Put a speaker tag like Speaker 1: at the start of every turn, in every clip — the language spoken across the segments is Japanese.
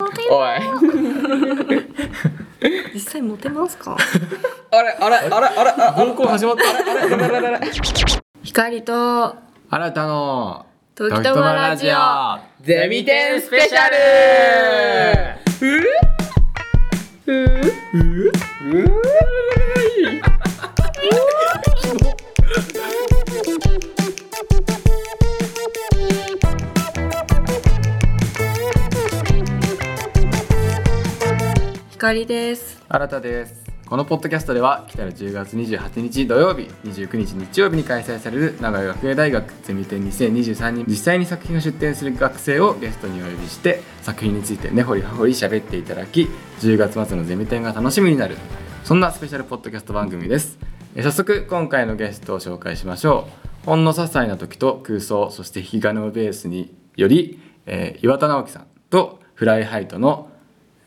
Speaker 1: おい
Speaker 2: 実際モテますか
Speaker 1: あれあれあれあれあ
Speaker 3: 合コン始まった
Speaker 1: あれあれあれあれ
Speaker 2: 光と
Speaker 3: 新たの
Speaker 2: 時とまラジオ
Speaker 1: ゼミテンスペシャル
Speaker 2: 光です
Speaker 3: 新たですこのポッドキャストでは来たる10月28日土曜日29日日曜日に開催される長野学芸大学ゼミ展2023に実際に作品を出展する学生をゲストにお呼びして作品について根掘り葉掘り喋っていただき10月末のゼミ展が楽しみになるそんなスペシャルポッドキャスト番組ですえ早速今回のゲストを紹介しましょうほんの些細な時と空想そして引き金をベースにより、えー岩田直樹さんとフライハイトの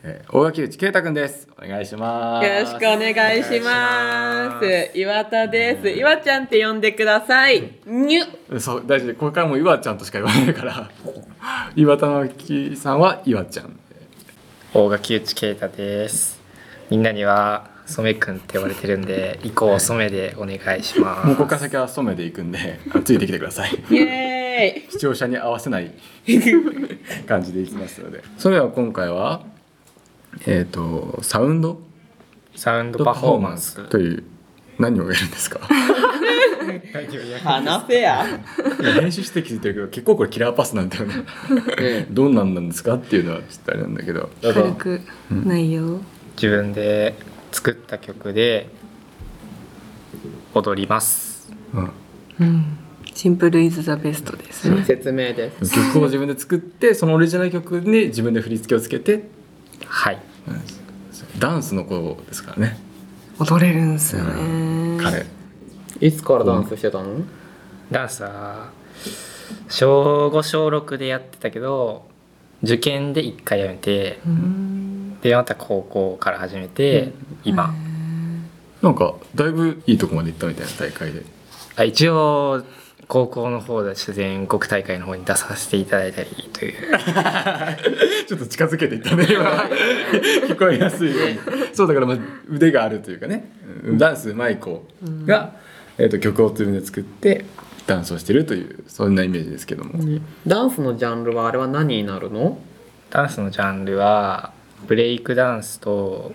Speaker 3: えー大垣内圭太くんです。お願いします。
Speaker 4: よろしくお願いします。岩田です。岩ちゃんって呼んでください。にゅ。
Speaker 3: す。そう、大丈夫。これからも岩ちゃんとしか言わないから。 岩田直樹さんは岩ちゃん。
Speaker 5: 大垣内啓太ですみんなには染くんって呼ばれてるんで以降染でお願いします
Speaker 3: もうここから先は染めでいくんで、あのついてきてください。
Speaker 4: イエーイ。
Speaker 3: 視聴者に合わせない感じでいきますので。それでは今回は、えっ、と、サウンド
Speaker 5: サウンドパフォーマンス
Speaker 3: という、何をやるんですか
Speaker 4: 話せや。
Speaker 3: いや練習して気づいてるけど、結構これキラーパスなんだよ ね。どんなんなんですかっていうのはちょっとあれなんだけど。
Speaker 2: 軽く内容
Speaker 5: 自分で作った曲で踊ります
Speaker 3: うん
Speaker 2: シンプルイズザベストですね
Speaker 4: 説明です。
Speaker 3: 曲を自分で作ってそのオリジナル曲に自分で振り付けをつけて
Speaker 5: はい
Speaker 3: ダンスの子ですからね
Speaker 2: 踊れるんすよね、
Speaker 3: 彼
Speaker 4: いつからダンスしてたの？
Speaker 5: ダンスは小5小6でやってたけど受験で一回やめて
Speaker 2: うん
Speaker 5: でまた高校から始めて今、
Speaker 3: なんかだいぶいいとこまで行ったみたいな大会で
Speaker 5: あ一応高校の方で全国大会の方に出させていただいたりという
Speaker 3: ちょっと近づけていったね今 聞こえやすいようにそうだから、まあ、腕があるというかねうんダンスうまい子が、えー、と曲を自分で作ってダンスをしてるというそんなイメージですけども、
Speaker 4: ダンスのジャンルはあれは何になるの？
Speaker 5: ダンスのジャンルはブレイクダンスと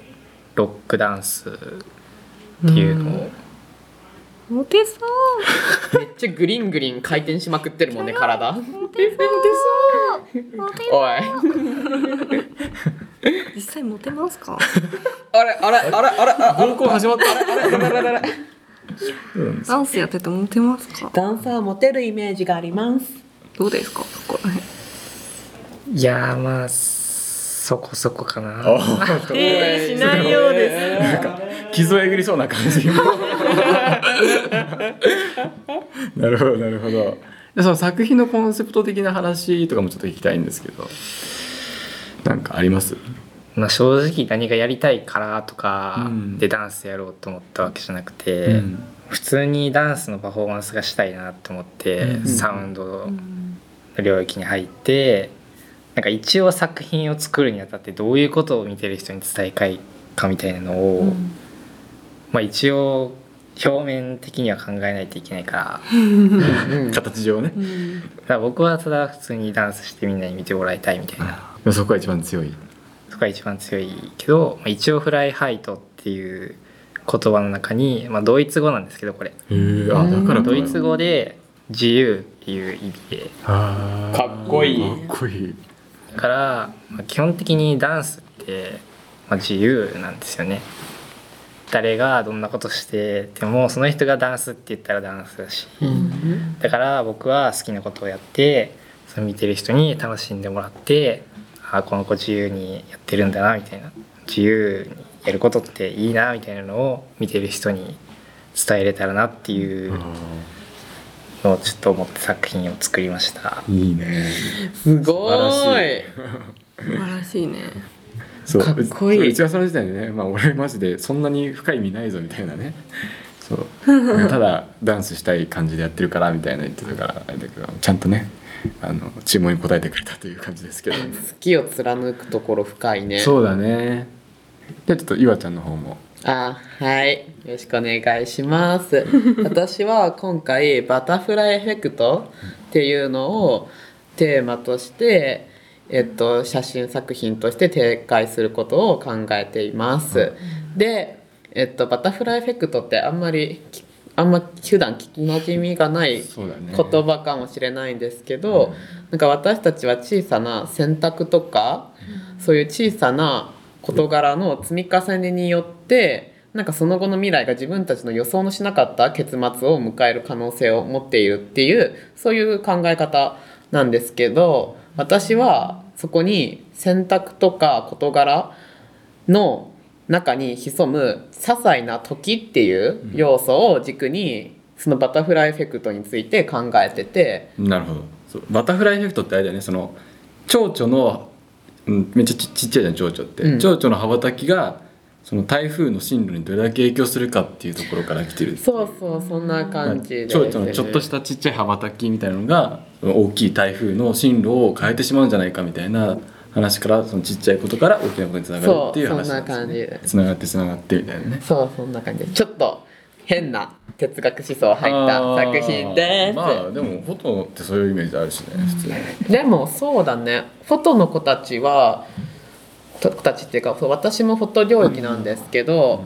Speaker 5: ロックダンスっていうのを
Speaker 2: モテそう
Speaker 4: めっちゃグリングリン回転しまくってるもんね体。
Speaker 2: モテそうモテ
Speaker 1: おい
Speaker 2: 実際モテますか
Speaker 1: あれあれあれあれあ
Speaker 3: 高校始まった
Speaker 2: ダンスやっててモテますか
Speaker 4: ダンサーモテるイメージがあります。
Speaker 2: どうですかそこら辺
Speaker 5: いやーまあそこそこかな
Speaker 3: あ
Speaker 4: ええしないようです。
Speaker 3: 傷をえぐりそうな感 じなるほどなるほどでその作品のコンセプト的な話とかもちょっと聞きたいんですけどなんかあります
Speaker 5: まあ正直何がやりたいからとか
Speaker 3: うん
Speaker 5: でダンスやろうと思ったわけじゃなくて、
Speaker 3: うん
Speaker 5: 普通にダンスのパフォーマンスがしたいなと思って、
Speaker 3: うん
Speaker 5: サウンドの領域に入ってなんか一応作品を作るにあたってどういうことを見てる人に伝えたいかみたいなのを、まあ一応表面的には考えないといけないから
Speaker 3: 形上ね、
Speaker 5: だから僕はただ普通にダンスしてみんなに見てもらいたいみたいな
Speaker 3: でもそこが一番強い
Speaker 5: そこが一番強いけど、まあ、一応フライハイトっていう言葉の中に、まあ、ドイツ語なんですけどこれ
Speaker 3: あだから
Speaker 5: ドイツ語で自由っていう意味で
Speaker 3: か
Speaker 1: っこいい
Speaker 3: かっこいい
Speaker 5: だから、まあ基本的にダンスって、まあ、自由なんですよね誰がどんなことしててもその人がダンスって言ったらダンスだしだから僕は好きなことをやってその見てる人に楽しんでもらってああこの子自由にやってるんだなみたいな自由にやることっていいなみたいなのを見てる人に伝えれたらなっていうのをちょっと思って作品を作りました
Speaker 3: いいね
Speaker 4: すごーい。
Speaker 2: 素晴らしいね
Speaker 3: そう
Speaker 4: かっこいいう
Speaker 3: ちはその時点でね、まあ、俺マジでそんなに深い意味ないぞみたいなねそ そうただダンスしたい感じでやってるからみたいな言ってたからあれだけどちゃんとねあの注文に応えてくれたという感じですけど、
Speaker 1: 好きを貫くところ深いね
Speaker 3: そうだねじゃあちょっといわちゃんの方も
Speaker 4: あはいよろしくお願いします私は今回バタフライエフェクトっていうのをテーマとして、えっと、写真作品として展開することを考えています、で、えっと、バタフライエフェクトってあんまりきあんま普段聞きなじみがない
Speaker 3: そうだね
Speaker 4: 言葉かもしれないんですけど、なんか私たちは小さな選択とか、そういう小さな事柄の積み重ねによってなんかその後の未来が自分たちの予想のしなかった結末を迎える可能性を持っているっていうそういう考え方なんですけど私はそこに選択とか事柄の中に潜む些細な時っていう要素を軸にそのバタフライエフェクトについて考えてて
Speaker 3: なるほどそうバタフライエフェクトってあれだよねその蝶々の、うん、めっちゃちちっちゃいじゃん蝶々って、
Speaker 4: うん
Speaker 3: 蝶々の羽ばたきがその台風の進路にどれだけ影響するかっていうところから来てる
Speaker 4: そうそうそんな感じで
Speaker 3: 蝶々のちょっとしたちっちゃい羽ばたきみたいなのが大きい台風の進路を変えてしまうんじゃないかみたいな話からそのちっちゃいことから大きなことにつながるっていう
Speaker 4: そう
Speaker 3: 話なんです
Speaker 4: そんな感じ
Speaker 3: ね
Speaker 4: で
Speaker 3: つながってつながってみたいなね
Speaker 4: そうそんな感じでちょっと変な哲学思想入った作品です、
Speaker 3: あーまあでもフォトってそういうイメージあるしね普通に
Speaker 4: でもそうだねフォトの子たちはと子たちっていうかそう私もフォト領域なんですけど、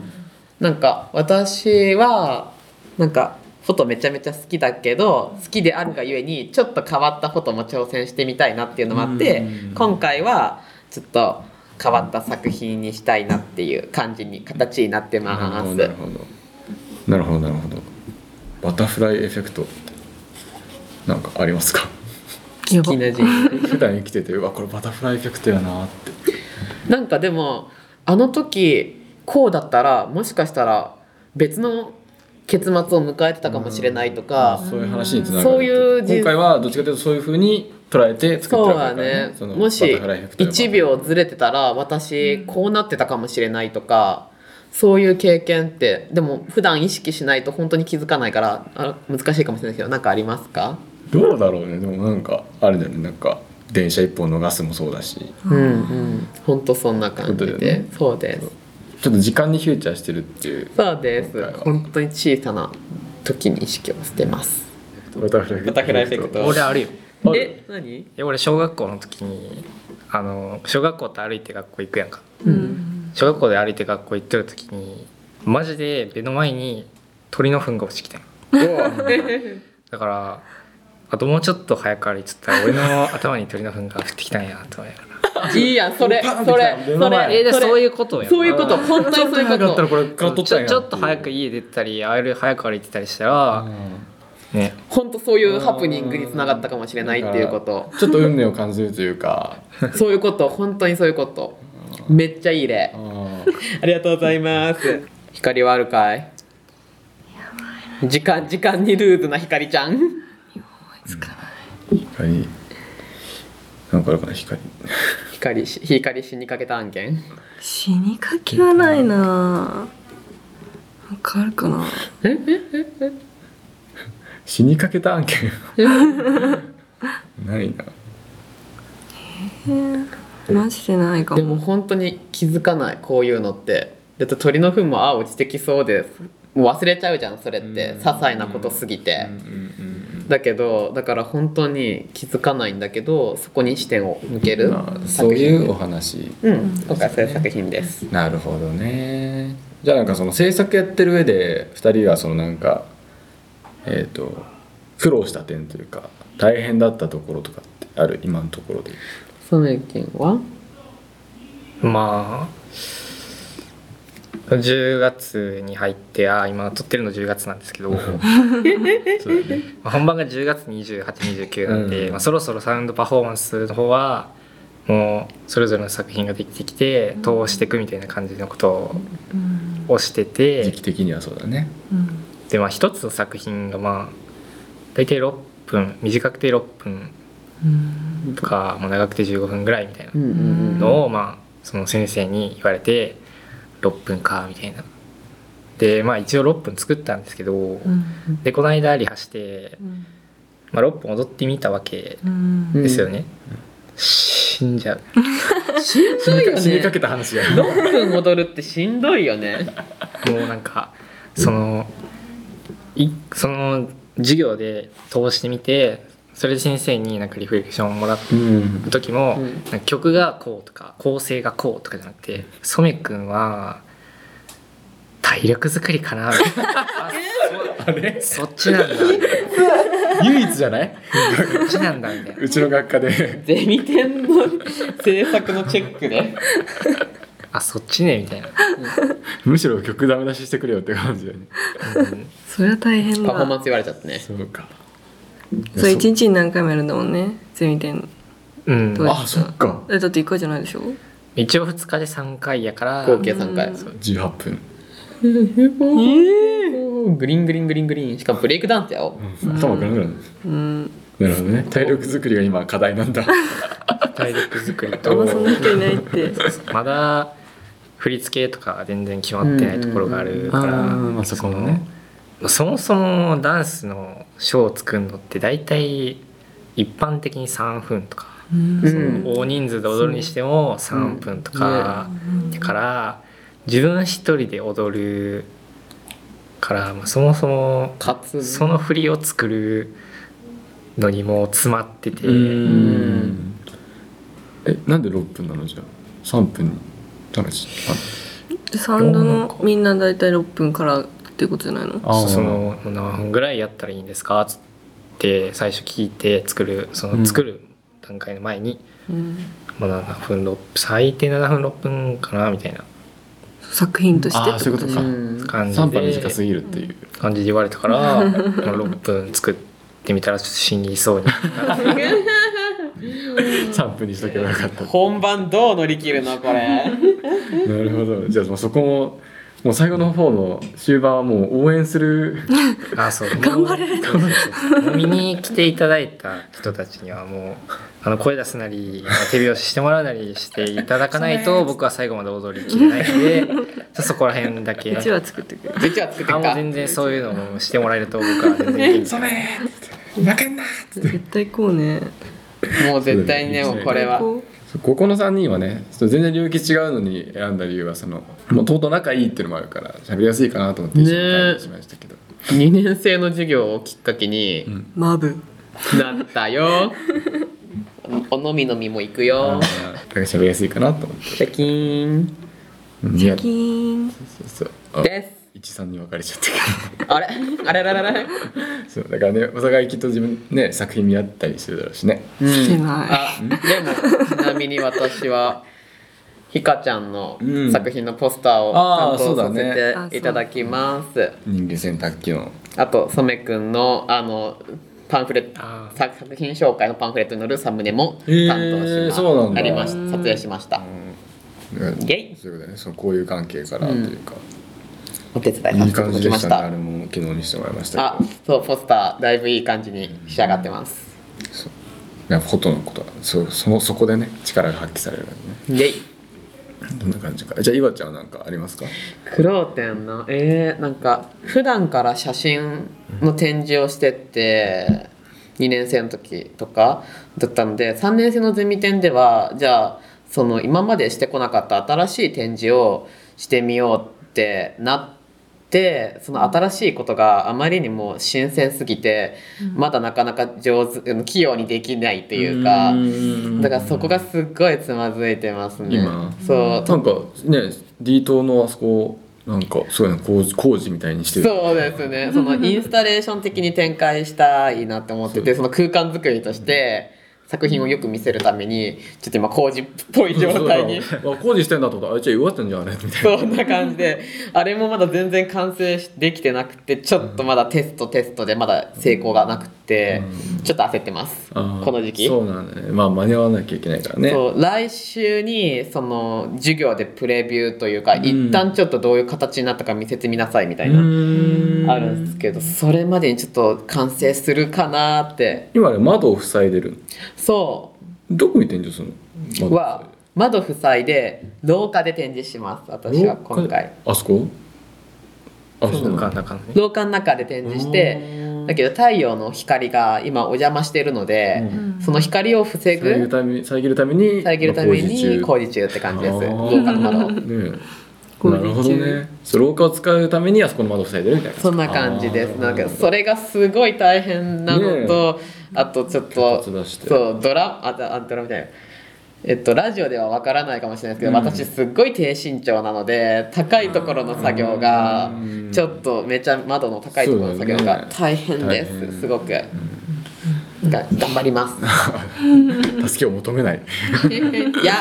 Speaker 4: なんか私はなんかフォトめちゃめちゃ好きだけど好きであるがゆえにちょっと変わったフォトも挑戦してみたいなっていうのもあって、
Speaker 3: うん
Speaker 4: 今回はちょっと変わった作品にしたいなっていう感じに形になって
Speaker 3: な
Speaker 4: ま
Speaker 3: るほど
Speaker 4: す。
Speaker 3: なるほどなるほどなるほどバタフライエフェクトってなんかありますか
Speaker 2: やば
Speaker 4: 好きな人
Speaker 3: 普段生きててうわこれバタフライエフェクトやなって
Speaker 4: なんかでもあの時こうだったらもしかしたら別の結末を迎えてたかもしれないとか、
Speaker 3: そういう話につながる
Speaker 4: そういう人
Speaker 3: 今回はどっちかというとそういうふうに捉えて作っ
Speaker 4: そ
Speaker 3: て
Speaker 4: う
Speaker 3: るわけだから
Speaker 4: だね
Speaker 3: ねその
Speaker 4: もし
Speaker 3: バタフライエフェクトやっぱ
Speaker 4: 1秒ずれてたら私こうなってたかもしれないとか、そういう経験ってでも普段意識しないと本当に気づかないからあ難しいかもしれないけど何かありますか、
Speaker 3: どうだろうねでもなんかあれだよねなんか電車一本逃すもそうだし
Speaker 4: うんうん、本当そんな感
Speaker 3: そ
Speaker 4: じ
Speaker 3: う
Speaker 4: で、
Speaker 3: だよね
Speaker 4: そうです
Speaker 3: ちょっと時間にフューチャーしてるっていう
Speaker 4: そうです
Speaker 3: 今回は
Speaker 4: 本当に小さな時に意識をしてます
Speaker 3: バタフライエフェクト
Speaker 5: 俺あるよ
Speaker 4: え何
Speaker 5: いや俺小学校の時にあの小学校って歩いて学校行くやんか
Speaker 2: うん
Speaker 5: 小学校で歩いて学校行ってる時にマジで目の前に鳥の糞が落ちてきたよだからあともうちょっと早く歩いてたら俺の頭に鳥の糞が降ってきたんやと思いながら
Speaker 4: いいやんそれ
Speaker 3: パンって
Speaker 4: それ
Speaker 3: 来た目の
Speaker 4: そ
Speaker 3: 前
Speaker 4: れ
Speaker 5: えで
Speaker 4: それ
Speaker 5: そういうことやん
Speaker 4: そういうこと本当にそういう
Speaker 3: だったらこと
Speaker 4: こ
Speaker 3: れから撮っ
Speaker 5: ち
Speaker 3: たん
Speaker 5: ょ
Speaker 3: や
Speaker 5: ちょっと早く家出てたりある早く歩いてたりしたら、ね
Speaker 4: 本当そういうハプニングにつながったかもしれないっていうこと
Speaker 3: ちょっと運命を感じるというか
Speaker 4: そういうこと本当にそういうことめっちゃいい例ありがとうございます光はあるかい時間時間にルーズな光ちゃん
Speaker 3: 光なんかあるかな光
Speaker 4: 光し光死にかけた案件
Speaker 2: 死にかけはないなぁなんかあるかな
Speaker 3: 死にかけた案 件ないな
Speaker 2: マジでないか
Speaker 4: で
Speaker 2: も
Speaker 4: も本当に気づかないこういうのってだって鳥の糞もあ落ちてきそうでもう忘れちゃうじゃんそれって些細なことすぎてだけどだから本当に気づかないんだけどそこに視点を向ける
Speaker 3: まあそう
Speaker 4: 作
Speaker 3: い
Speaker 4: 品
Speaker 3: うお話
Speaker 4: うん今回そういう作品です
Speaker 3: なるほどねじゃあなんかその制作やってる上で2人がそのなんかえっ、と苦労した点というか大変だったところとかってある今のところで
Speaker 4: その意見は
Speaker 5: まあ10月に入ってあ今撮ってるの10月なんですけど
Speaker 3: そうだね
Speaker 5: まあ本番が10月2829なんで、
Speaker 3: うん
Speaker 5: まあ、そろそろサウンドパフォーマンスの方はもうそれぞれの作品ができてきて通していくみたいな感じのこと
Speaker 2: うん
Speaker 5: をしてて、
Speaker 3: 時期的にはそうだね
Speaker 2: うん
Speaker 5: でまあ一つの作品がまあ大体6分短くて6分
Speaker 2: うん
Speaker 5: とか、まあ、長くて15分ぐらいみたいな
Speaker 4: うんうん
Speaker 5: のを、まあ、その先生に言われて6分かみたいなでまあ一応6分作ったんですけど、
Speaker 4: うん
Speaker 5: でこの間リハして、
Speaker 2: ん
Speaker 5: まあ、6分踊ってみたわけ
Speaker 2: うん
Speaker 5: ですよね、死んじゃう
Speaker 4: しんどいよね
Speaker 3: 死にかけた話が
Speaker 4: 6分踊るってしんどいよね
Speaker 5: もうなんかそのいその授業で通してみてそれで先生になんかリフレクションをもらっ
Speaker 3: うん
Speaker 5: た時も、
Speaker 4: うん
Speaker 5: なんか曲がこうとか構成がこうとかじゃなくて染くんは体力作りかな
Speaker 3: あれ
Speaker 5: そっちなんだ
Speaker 3: 唯一じゃない
Speaker 5: そっちなんだみたいな
Speaker 3: うちの学科で
Speaker 4: ゼミ展の制作のチェックで
Speaker 5: あそっちねみたいな、
Speaker 3: むしろ曲ダメ出ししてくれよって感じだよね
Speaker 5: うん
Speaker 2: そりゃ大変だ
Speaker 4: パフォーマンス言われちゃったね
Speaker 3: そうか
Speaker 2: そう一日に何回もやるんだもんねゼミ展
Speaker 5: うん
Speaker 2: どうや
Speaker 3: あそっか
Speaker 2: えだって一回じゃないでしょ
Speaker 5: 一応2日で3回やから
Speaker 4: 合計3回
Speaker 2: う
Speaker 3: 18分
Speaker 4: グリングリングリングリンしかもブレイクダンスやよ
Speaker 3: 頭くらくなる
Speaker 2: うん
Speaker 3: なるほどね体力作りが今課題なんだ
Speaker 5: 体力作り
Speaker 2: あん
Speaker 5: と
Speaker 2: まそんな人いないって
Speaker 5: まだ振り付けとか全然決まってないところがあるから、
Speaker 3: うんうんあーまあそこもね
Speaker 5: のそもそもダンスのショーを作るのって大体一般的に3分とか、
Speaker 4: うん
Speaker 5: その大人数で踊るにしても3分とか、だから自分一人で踊るから、まあ、そもそも
Speaker 4: かつ
Speaker 5: その振りを作るのにもう詰まってて。
Speaker 3: うんえなんで6分なのじゃあ3分にダメ出し
Speaker 2: サンドのみんな大体6分からってことじゃないの
Speaker 3: あー
Speaker 5: その何分ぐらいやったらいいんですか?」つって最初聞いて作るそうの
Speaker 3: ん
Speaker 5: 作る段階の前に、
Speaker 2: うん
Speaker 5: まあ、7分6最低7分6分かなみたいな
Speaker 2: 作品としてっ
Speaker 3: あーそ
Speaker 2: てことで
Speaker 3: ういうこと
Speaker 2: し
Speaker 3: か
Speaker 2: ょ
Speaker 4: うん
Speaker 5: 感じ
Speaker 3: 3分は短す
Speaker 5: で
Speaker 3: ぎるっていう
Speaker 5: 感じで言われたから、まあ、6分作ってみたらちょっと死にそうに
Speaker 3: 3分にしとけばよかった
Speaker 4: 本番どう乗り切るのこ れ
Speaker 3: なるほどじゃあもうそこももう最後の方の終盤はもう応援する
Speaker 5: あそう頑張れそうそうそう見に来ていただいた人たちにはもうあの声出すなり手拍子してもらうなりしていただか ないと僕は最後まで踊りきれないの でちょっとそこら辺だけ
Speaker 2: うちは作ってくれる
Speaker 4: 実は作って
Speaker 5: あ
Speaker 4: っ
Speaker 5: もう
Speaker 4: か
Speaker 5: 全然そういうのをしてもらえると僕は全然元気ない
Speaker 2: 絶対こうね
Speaker 4: もう絶対にねもうこれは
Speaker 2: こ
Speaker 3: ここの3人はねそう全然領域違うのに選んだ理由はそのもともと仲いいっていうのもあるから喋りやすいかなと思って一緒に会議しましたけど、
Speaker 4: 2年生の授業をきっかけに
Speaker 3: うん
Speaker 2: うマブ
Speaker 4: なったよお飲み飲みも行くよ
Speaker 3: あーなんか喋りやすいかなと思って
Speaker 4: シャキーン
Speaker 3: うん
Speaker 2: ジ
Speaker 3: い
Speaker 2: ャ
Speaker 3: や
Speaker 2: キーン
Speaker 3: そうそうあ
Speaker 4: です
Speaker 3: 13に分かれちゃったけど
Speaker 4: あれあれらららら
Speaker 3: そうだからねお互いきっと自分ね作品見合ったりするだろうしね
Speaker 4: うん
Speaker 2: してない
Speaker 4: あでもちなみに私はひかちゃんの
Speaker 3: うん
Speaker 4: 作品のポスターを
Speaker 3: あー
Speaker 4: 担当
Speaker 3: そうだ
Speaker 4: さ
Speaker 3: ね
Speaker 4: せていただきます、
Speaker 3: 人間洗濯機の
Speaker 4: あと染くんのあのパンフレット
Speaker 5: あー
Speaker 4: 作作品紹介のパンフレットに載るサムネも担当
Speaker 3: へー
Speaker 4: しま、す
Speaker 3: そうなんだ
Speaker 4: ありました撮影しました
Speaker 3: うん
Speaker 4: イェイ
Speaker 3: そういうことだねその交友関係からというか、
Speaker 4: お手伝いさ
Speaker 3: いい
Speaker 4: せていた
Speaker 3: 感
Speaker 4: だ
Speaker 3: じ
Speaker 4: き
Speaker 3: で
Speaker 4: ま
Speaker 3: し
Speaker 4: した
Speaker 3: ねあれも昨日にしてもらいました
Speaker 4: あ
Speaker 3: けど
Speaker 4: そうポスターだいぶいい感じに仕上がってます、
Speaker 3: やっぱフォトのことはそそのそこでね力が発揮されるからね
Speaker 4: イェイ
Speaker 3: どんな感じかじゃあ岩ちゃんはなんかありますか
Speaker 4: クローテンのえー、なんか普段から写真の展示をしてって2年生の時とかだったので3年生のゼミ展ではじゃあその今までしてこなかった新しい展示をしてみようってなってその新しいことがあまりにも新鮮すぎて、まだなかなか上手あの器用にできないというか。だからそこがすっごいつまずいてますね。
Speaker 3: 今
Speaker 4: そう
Speaker 3: なんかね D 棟のあそこなんかすごいな工事工事みたいにしてる
Speaker 4: そうですねそのインスタレーション的に展開したいなって思っててその空間作りとして作品をよく見せるためにちょっと今工事っぽい状態に
Speaker 3: そうだあ工事してんだと思ったらあじゃあ岩ちゃんじゃあねみたいな
Speaker 4: そんな感じであれもまだ全然完成しできてなくてちょっとまだテストテストでまだ成功がなくてちょっと焦ってますこ
Speaker 3: あー
Speaker 4: の時期
Speaker 3: そうなんだねまあ間に合わなきゃいけないからね
Speaker 4: そう来週にその授業でプレビューというか、一旦ちょっとどういう形になったか見せてみなさいみたいなあるんですけどそれまでにちょっと完成するかなって
Speaker 3: 今ね窓を塞いでるの
Speaker 4: そ
Speaker 3: どこに展示するの
Speaker 4: うは窓塞いで廊下で展示します私は今
Speaker 3: 廊下
Speaker 4: 回
Speaker 3: あそこあ
Speaker 5: 廊下の中のね
Speaker 6: 廊下の中で展示してだけど太陽の光が今お邪魔しているので、その光を防
Speaker 3: 遮る
Speaker 6: ぐ
Speaker 3: ため遮るために
Speaker 6: 遮るために
Speaker 3: まあ
Speaker 6: 工事中って感じです
Speaker 3: あ
Speaker 6: 廊
Speaker 3: ー
Speaker 6: 下の窓
Speaker 3: ね
Speaker 2: 工
Speaker 3: な
Speaker 2: 事中
Speaker 3: るほどねそう廊下を使うためにあそこの窓を塞いでるみたいな
Speaker 6: そんな感じですなんかそ
Speaker 3: れ
Speaker 6: れがすごい大変なのと、あとちょっと
Speaker 3: 出して
Speaker 6: そうドラああドラみたいな。えっと、ラジオではわからないかもしれないですけど、
Speaker 3: うん
Speaker 6: 私すっごい低身長なので高いところの作業が
Speaker 3: うん
Speaker 6: ちょっとめちゃ窓の高いところの作業
Speaker 3: そうだよ
Speaker 6: が
Speaker 3: ね
Speaker 6: 大変です、
Speaker 3: 大変
Speaker 6: すごく、なんか頑張ります
Speaker 3: 助けを求めない
Speaker 6: い や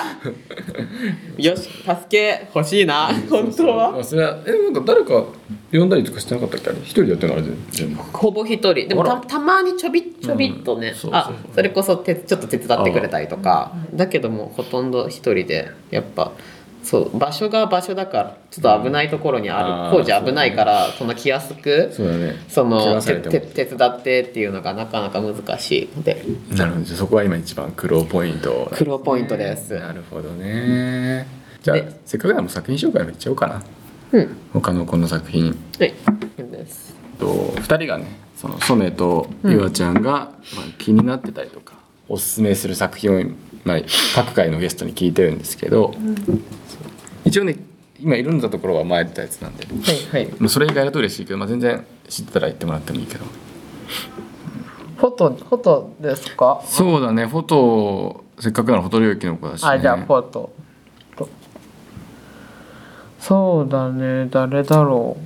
Speaker 6: よし助け欲しいな本当は
Speaker 3: あそれはえなんか誰か呼んだりとかしてなかったっけあれ一人でやってるのあれ全部
Speaker 6: ほぼ一人でも
Speaker 3: あ
Speaker 6: た
Speaker 3: ら
Speaker 6: たまにちょびっちょびっとね、
Speaker 3: うんそうそう
Speaker 6: あそれこそてちょっと手伝ってくれたりとかだけどもほとんど一人でやっぱそう場所が場所だからちょっと危ないところにあ
Speaker 3: あー
Speaker 6: る工事危ないからそんな来やすく
Speaker 3: そうだね
Speaker 6: そ
Speaker 3: 怪
Speaker 6: の
Speaker 3: 我さ
Speaker 6: て
Speaker 3: れても
Speaker 6: て手伝ってっていうのがなかなか難しいので
Speaker 3: なるほどじゃあそこは今一番苦労ポイント
Speaker 6: 苦労ポイントです。
Speaker 3: なるほどねじゃあ
Speaker 6: で
Speaker 3: せっかくならもう作品紹介もいっちゃおうかな
Speaker 6: うん
Speaker 3: 他のこの作品
Speaker 6: はいです
Speaker 3: と2人がねそのソネとゆあちゃんが、まあ、気になってたりとかおすすめする作品を、まあ、各回のゲストに聞いてるんですけど、一応ね今いるんだところは前出たやつなんで
Speaker 6: はいはい
Speaker 3: それ以外だと嬉しいけど、まあ、全然知ってたら言ってもらってもいいけど
Speaker 6: フォトフォトですか
Speaker 3: そうだねフォトせっかくならフォト領域の子だし、ね、
Speaker 4: あじゃあポートとそうだね誰だろ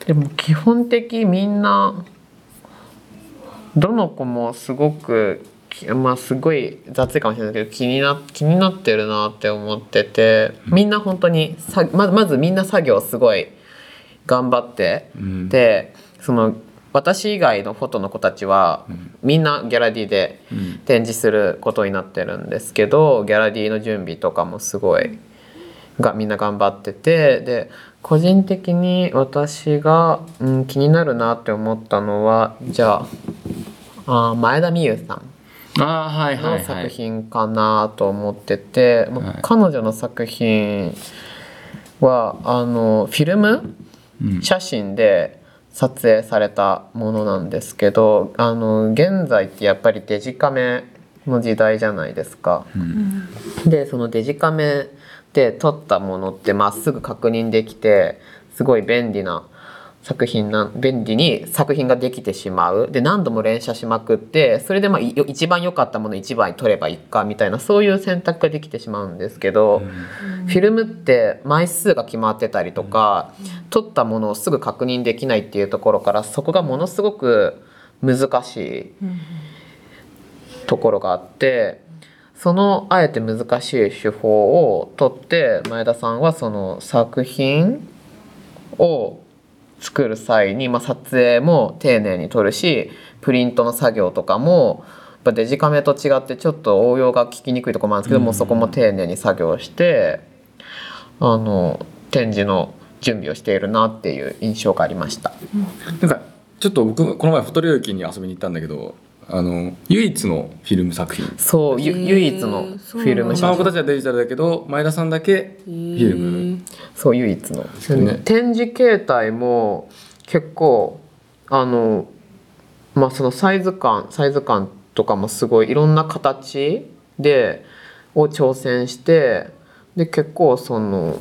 Speaker 4: うでも基本的みんなどの子もすごくきまあすごい雑いかもしれないけど気にな気になってるなって思っててみんな本当にさままずみんな作業すごい頑張って、
Speaker 3: うん
Speaker 4: でその私以外のフォトの子たちは、みんなギャラリーで
Speaker 3: うん
Speaker 4: 展示することになってるんですけどギャラリーの準備とかもすごいがみんな頑張っててで個人的に私が、うん、気になるなって思ったのはじゃああー前田美優さん
Speaker 3: あーはいは
Speaker 4: の
Speaker 3: いは
Speaker 4: 作
Speaker 3: い
Speaker 4: 品かなと思ってて、まあ
Speaker 3: はい
Speaker 4: 彼女の作品はあのフィルム
Speaker 3: うん
Speaker 4: 写真で撮影されたものなんですけどあの現在ってやっぱりデジカメの時代じゃないですか。でそのデジカメで撮ったものってまっすぐ確認できてすごい便利な作品な便利に作品ができてしまうで何度も連写しまくってそれでまあい一番良かったもの一番撮ればいいかみたいなそういう選択ができてしまうんですけど、フィルムって枚数が決まってたりとか、撮ったものをすぐ確認できないっていうところからそこがものすごく難しいところがあってそのあえて難しい手法を取って前田さんはその作品を作る際に、まあ、撮影も丁寧に撮るしプリントの作業とかもやっぱデジカメと違ってちょっと応用が効きにくいところもあるんですけど、もうそこも丁寧に作業してあの展示の準備をしているなっていう印象がありました。
Speaker 3: なんかちょっと僕この前フォト領域に遊びに行ったんだけどあの唯一のフィルム作品
Speaker 4: そうゆ
Speaker 2: へー
Speaker 4: 唯一のフィルム
Speaker 2: そ
Speaker 4: 写
Speaker 3: 他の
Speaker 4: 真
Speaker 3: 子たちはデジタルだけど前田さんだけフィルム
Speaker 4: そう唯一の、
Speaker 3: すよね
Speaker 4: 展示形態も結構あのまあそのサイズ感サイズ感とかもすごいいろんな形でを挑戦してで結構その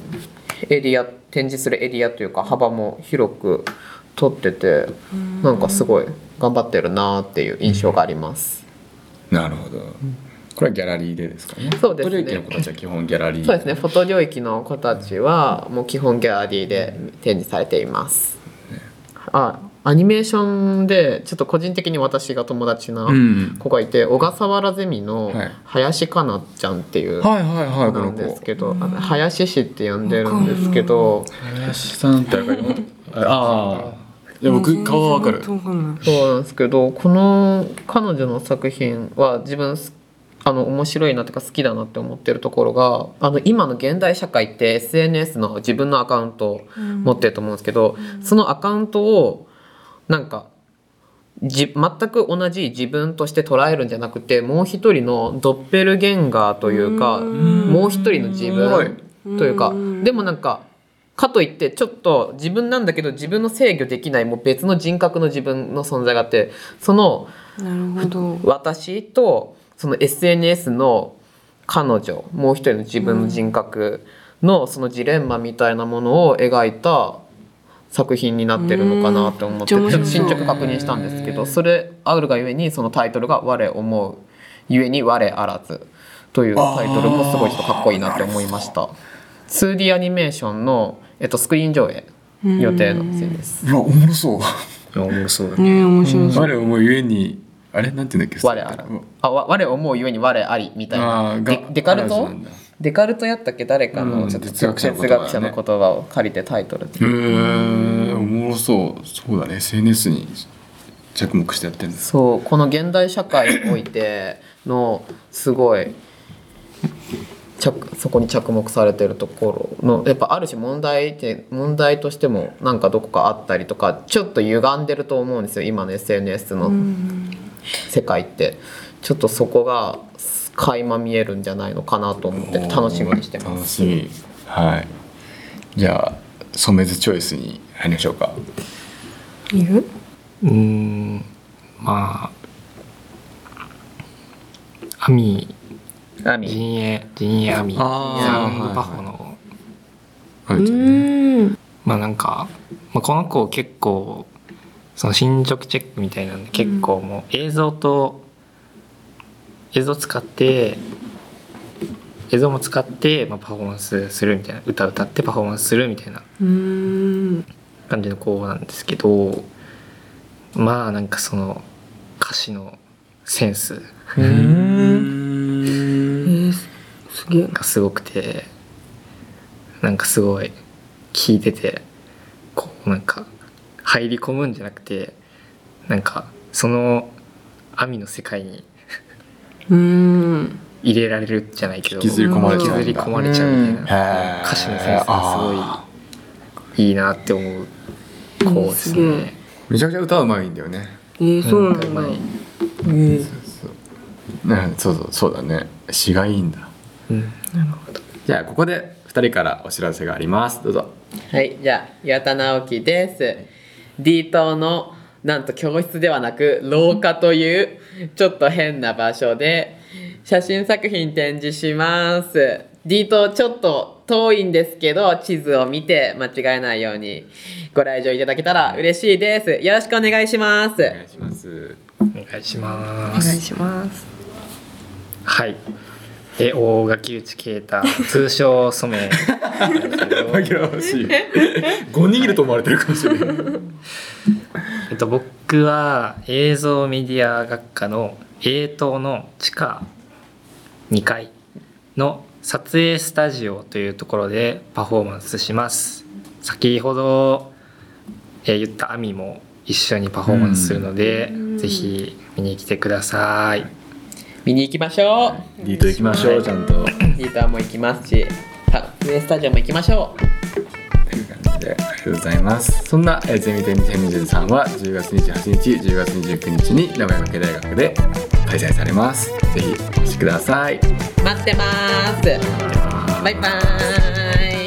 Speaker 4: エリア展示するエリアというか幅も広く取っててなんかすごい頑張ってるなっていう印象があります。
Speaker 3: なるほどこれはギャラリーでですかね
Speaker 4: そうですね
Speaker 3: フォト領域の子たちは基本ギャラリー
Speaker 4: そうですね、フォト領域の子たちはもう基本ギャラリーで展示されています。あアニメーションでちょっと個人的に私が友達な
Speaker 3: うん
Speaker 4: 子がいて、小笠原ゼミの
Speaker 3: はい
Speaker 4: 林かなちゃんっていう
Speaker 3: はいはいはい
Speaker 4: 子
Speaker 3: こ
Speaker 4: な
Speaker 3: の
Speaker 4: んです
Speaker 3: 子
Speaker 4: けど、あの林氏って呼んでるんですけど
Speaker 3: 林さんってわかるよああ いや僕顔はわかる
Speaker 2: 全然わかんない
Speaker 4: そうなんですけどこの彼女の作品は自分すあの面白いなとか好きだなって思ってるところがあの今の現代社会って SNS の自分のアカウントを持ってると思うんですけど、そのアカウントをなんかじ全く同じ自分として捉えるんじゃなくてもう一人のドッペルゲンガーというかもう一人の自分というかでもなんかかといってちょっと自分なんだけど自分の制御できないもう別の人格の自分の存在があってその
Speaker 2: なるほど。
Speaker 4: 私とその SNS の彼女もう一人の自分の人格のそのジレンマみたいなものを描いた作品になってるのかなって思って
Speaker 2: うんめっちゃ面白
Speaker 4: 進
Speaker 2: そう
Speaker 4: 捗確認したんですけどそれあるがゆえにそのタイトルが「我思う」ゆえに「我あらず」というタイトルもすごいちょっとかっこいいなって思いました 2D アニメーションの、えっと、スクリーン上映予定のせいです
Speaker 3: うわおもろそう
Speaker 5: いやおもろそうだ
Speaker 2: ねえ面白そう。
Speaker 3: 我を思うゆえにあれなんていうんだっけ
Speaker 4: 我あらずあわ我思うゆえに我ありみたいな
Speaker 3: あー
Speaker 4: デ
Speaker 3: が
Speaker 4: デカル
Speaker 3: あら
Speaker 4: ト
Speaker 3: ずなんだ
Speaker 4: デカルトやったっけ誰か
Speaker 3: う
Speaker 4: の
Speaker 3: ん
Speaker 4: ちょっと
Speaker 3: 哲
Speaker 4: 哲
Speaker 3: 学者の言葉だね
Speaker 4: 学者の言葉を借りてタイトルで
Speaker 3: へえおもろそうそうだね SNS に着目してやってるんです
Speaker 4: そうこの現代社会においてのすごい着そこに着目されてるところのやっぱある種問題って問題としてもなんかどこかあったりとかちょっと歪んでると思うんですよ今の SNS の世界って、ちょっとそこが垣間見えるんじゃないのかなと思って楽しみにしてます。
Speaker 3: 楽しみはいじゃあ染めずチョイスに入りましょうか
Speaker 2: いる？
Speaker 5: うーんまあアミ
Speaker 4: ナミ
Speaker 5: 陣営陣営アミ
Speaker 3: あー
Speaker 5: サウンドパフォの、
Speaker 3: は
Speaker 2: う
Speaker 3: い
Speaker 2: ーん。
Speaker 5: まあなんか、まあ、この子結構その進捗チェックみたいなんで結構もう映像と、映像使って映像も使って、まあ、パフォーマンスするみたいな歌歌ってパフォーマンスするみたいな
Speaker 2: うーん。
Speaker 5: 感じの子なんですけどまあなんかその歌詞のセンス
Speaker 2: えー、すすげえ。
Speaker 5: がすごくてなんかすごい聞いててこうなんか入り込むんじゃなくてなんかその網の世界に
Speaker 2: うーん。
Speaker 5: 入れられるじゃないけ
Speaker 3: 引
Speaker 5: ど
Speaker 3: きずり込まれちゃうんだ
Speaker 5: 引きずり込まれちゃうみたい
Speaker 3: へー
Speaker 5: な歌詞のセンスが
Speaker 3: あ
Speaker 5: すごいいいなって思う子
Speaker 2: うん
Speaker 5: です
Speaker 2: すげ
Speaker 5: ね。
Speaker 3: めちゃくちゃ歌うまいんだよね
Speaker 2: えー、そうなんだ。
Speaker 5: うん
Speaker 3: ねそうそうそうだね詩がいいんだ
Speaker 5: うん
Speaker 3: じゃあここで2人からお知らせがありますどうぞ
Speaker 7: はい、じゃあ岩田直樹です。D 棟のなんと教室ではなく廊下というちょっと変な場所で写真作品展示します。D 棟ちょっと遠いんですけど地図を見て間違えないようにご来場いただけたら嬉しいです。よろしくお願いします
Speaker 3: お。願いします
Speaker 5: お願いしま
Speaker 2: お願
Speaker 5: す
Speaker 2: い。します。
Speaker 5: はい。え、大垣内啓太、通称染め。
Speaker 3: 紛らわしい5人いると思われてるかもしれない
Speaker 5: えっと、僕は映像メディア学科の A 棟の地下2階の撮影スタジオというところでパフォーマンスします先ほど、えー言ったアミも一緒にパフォーマンスするのでぜひ見に来てください
Speaker 7: 見に行きましょ
Speaker 3: リート行きましょうちゃんと
Speaker 7: う。D 棟も行きますし、た上スタジオも行きましょう。
Speaker 3: という感じでありがとうございますそんなえーゼミ展2023は10月28日10月29日に名古屋学芸大学で開催されますぜひお越しください
Speaker 7: 待ってます。バイバーイ。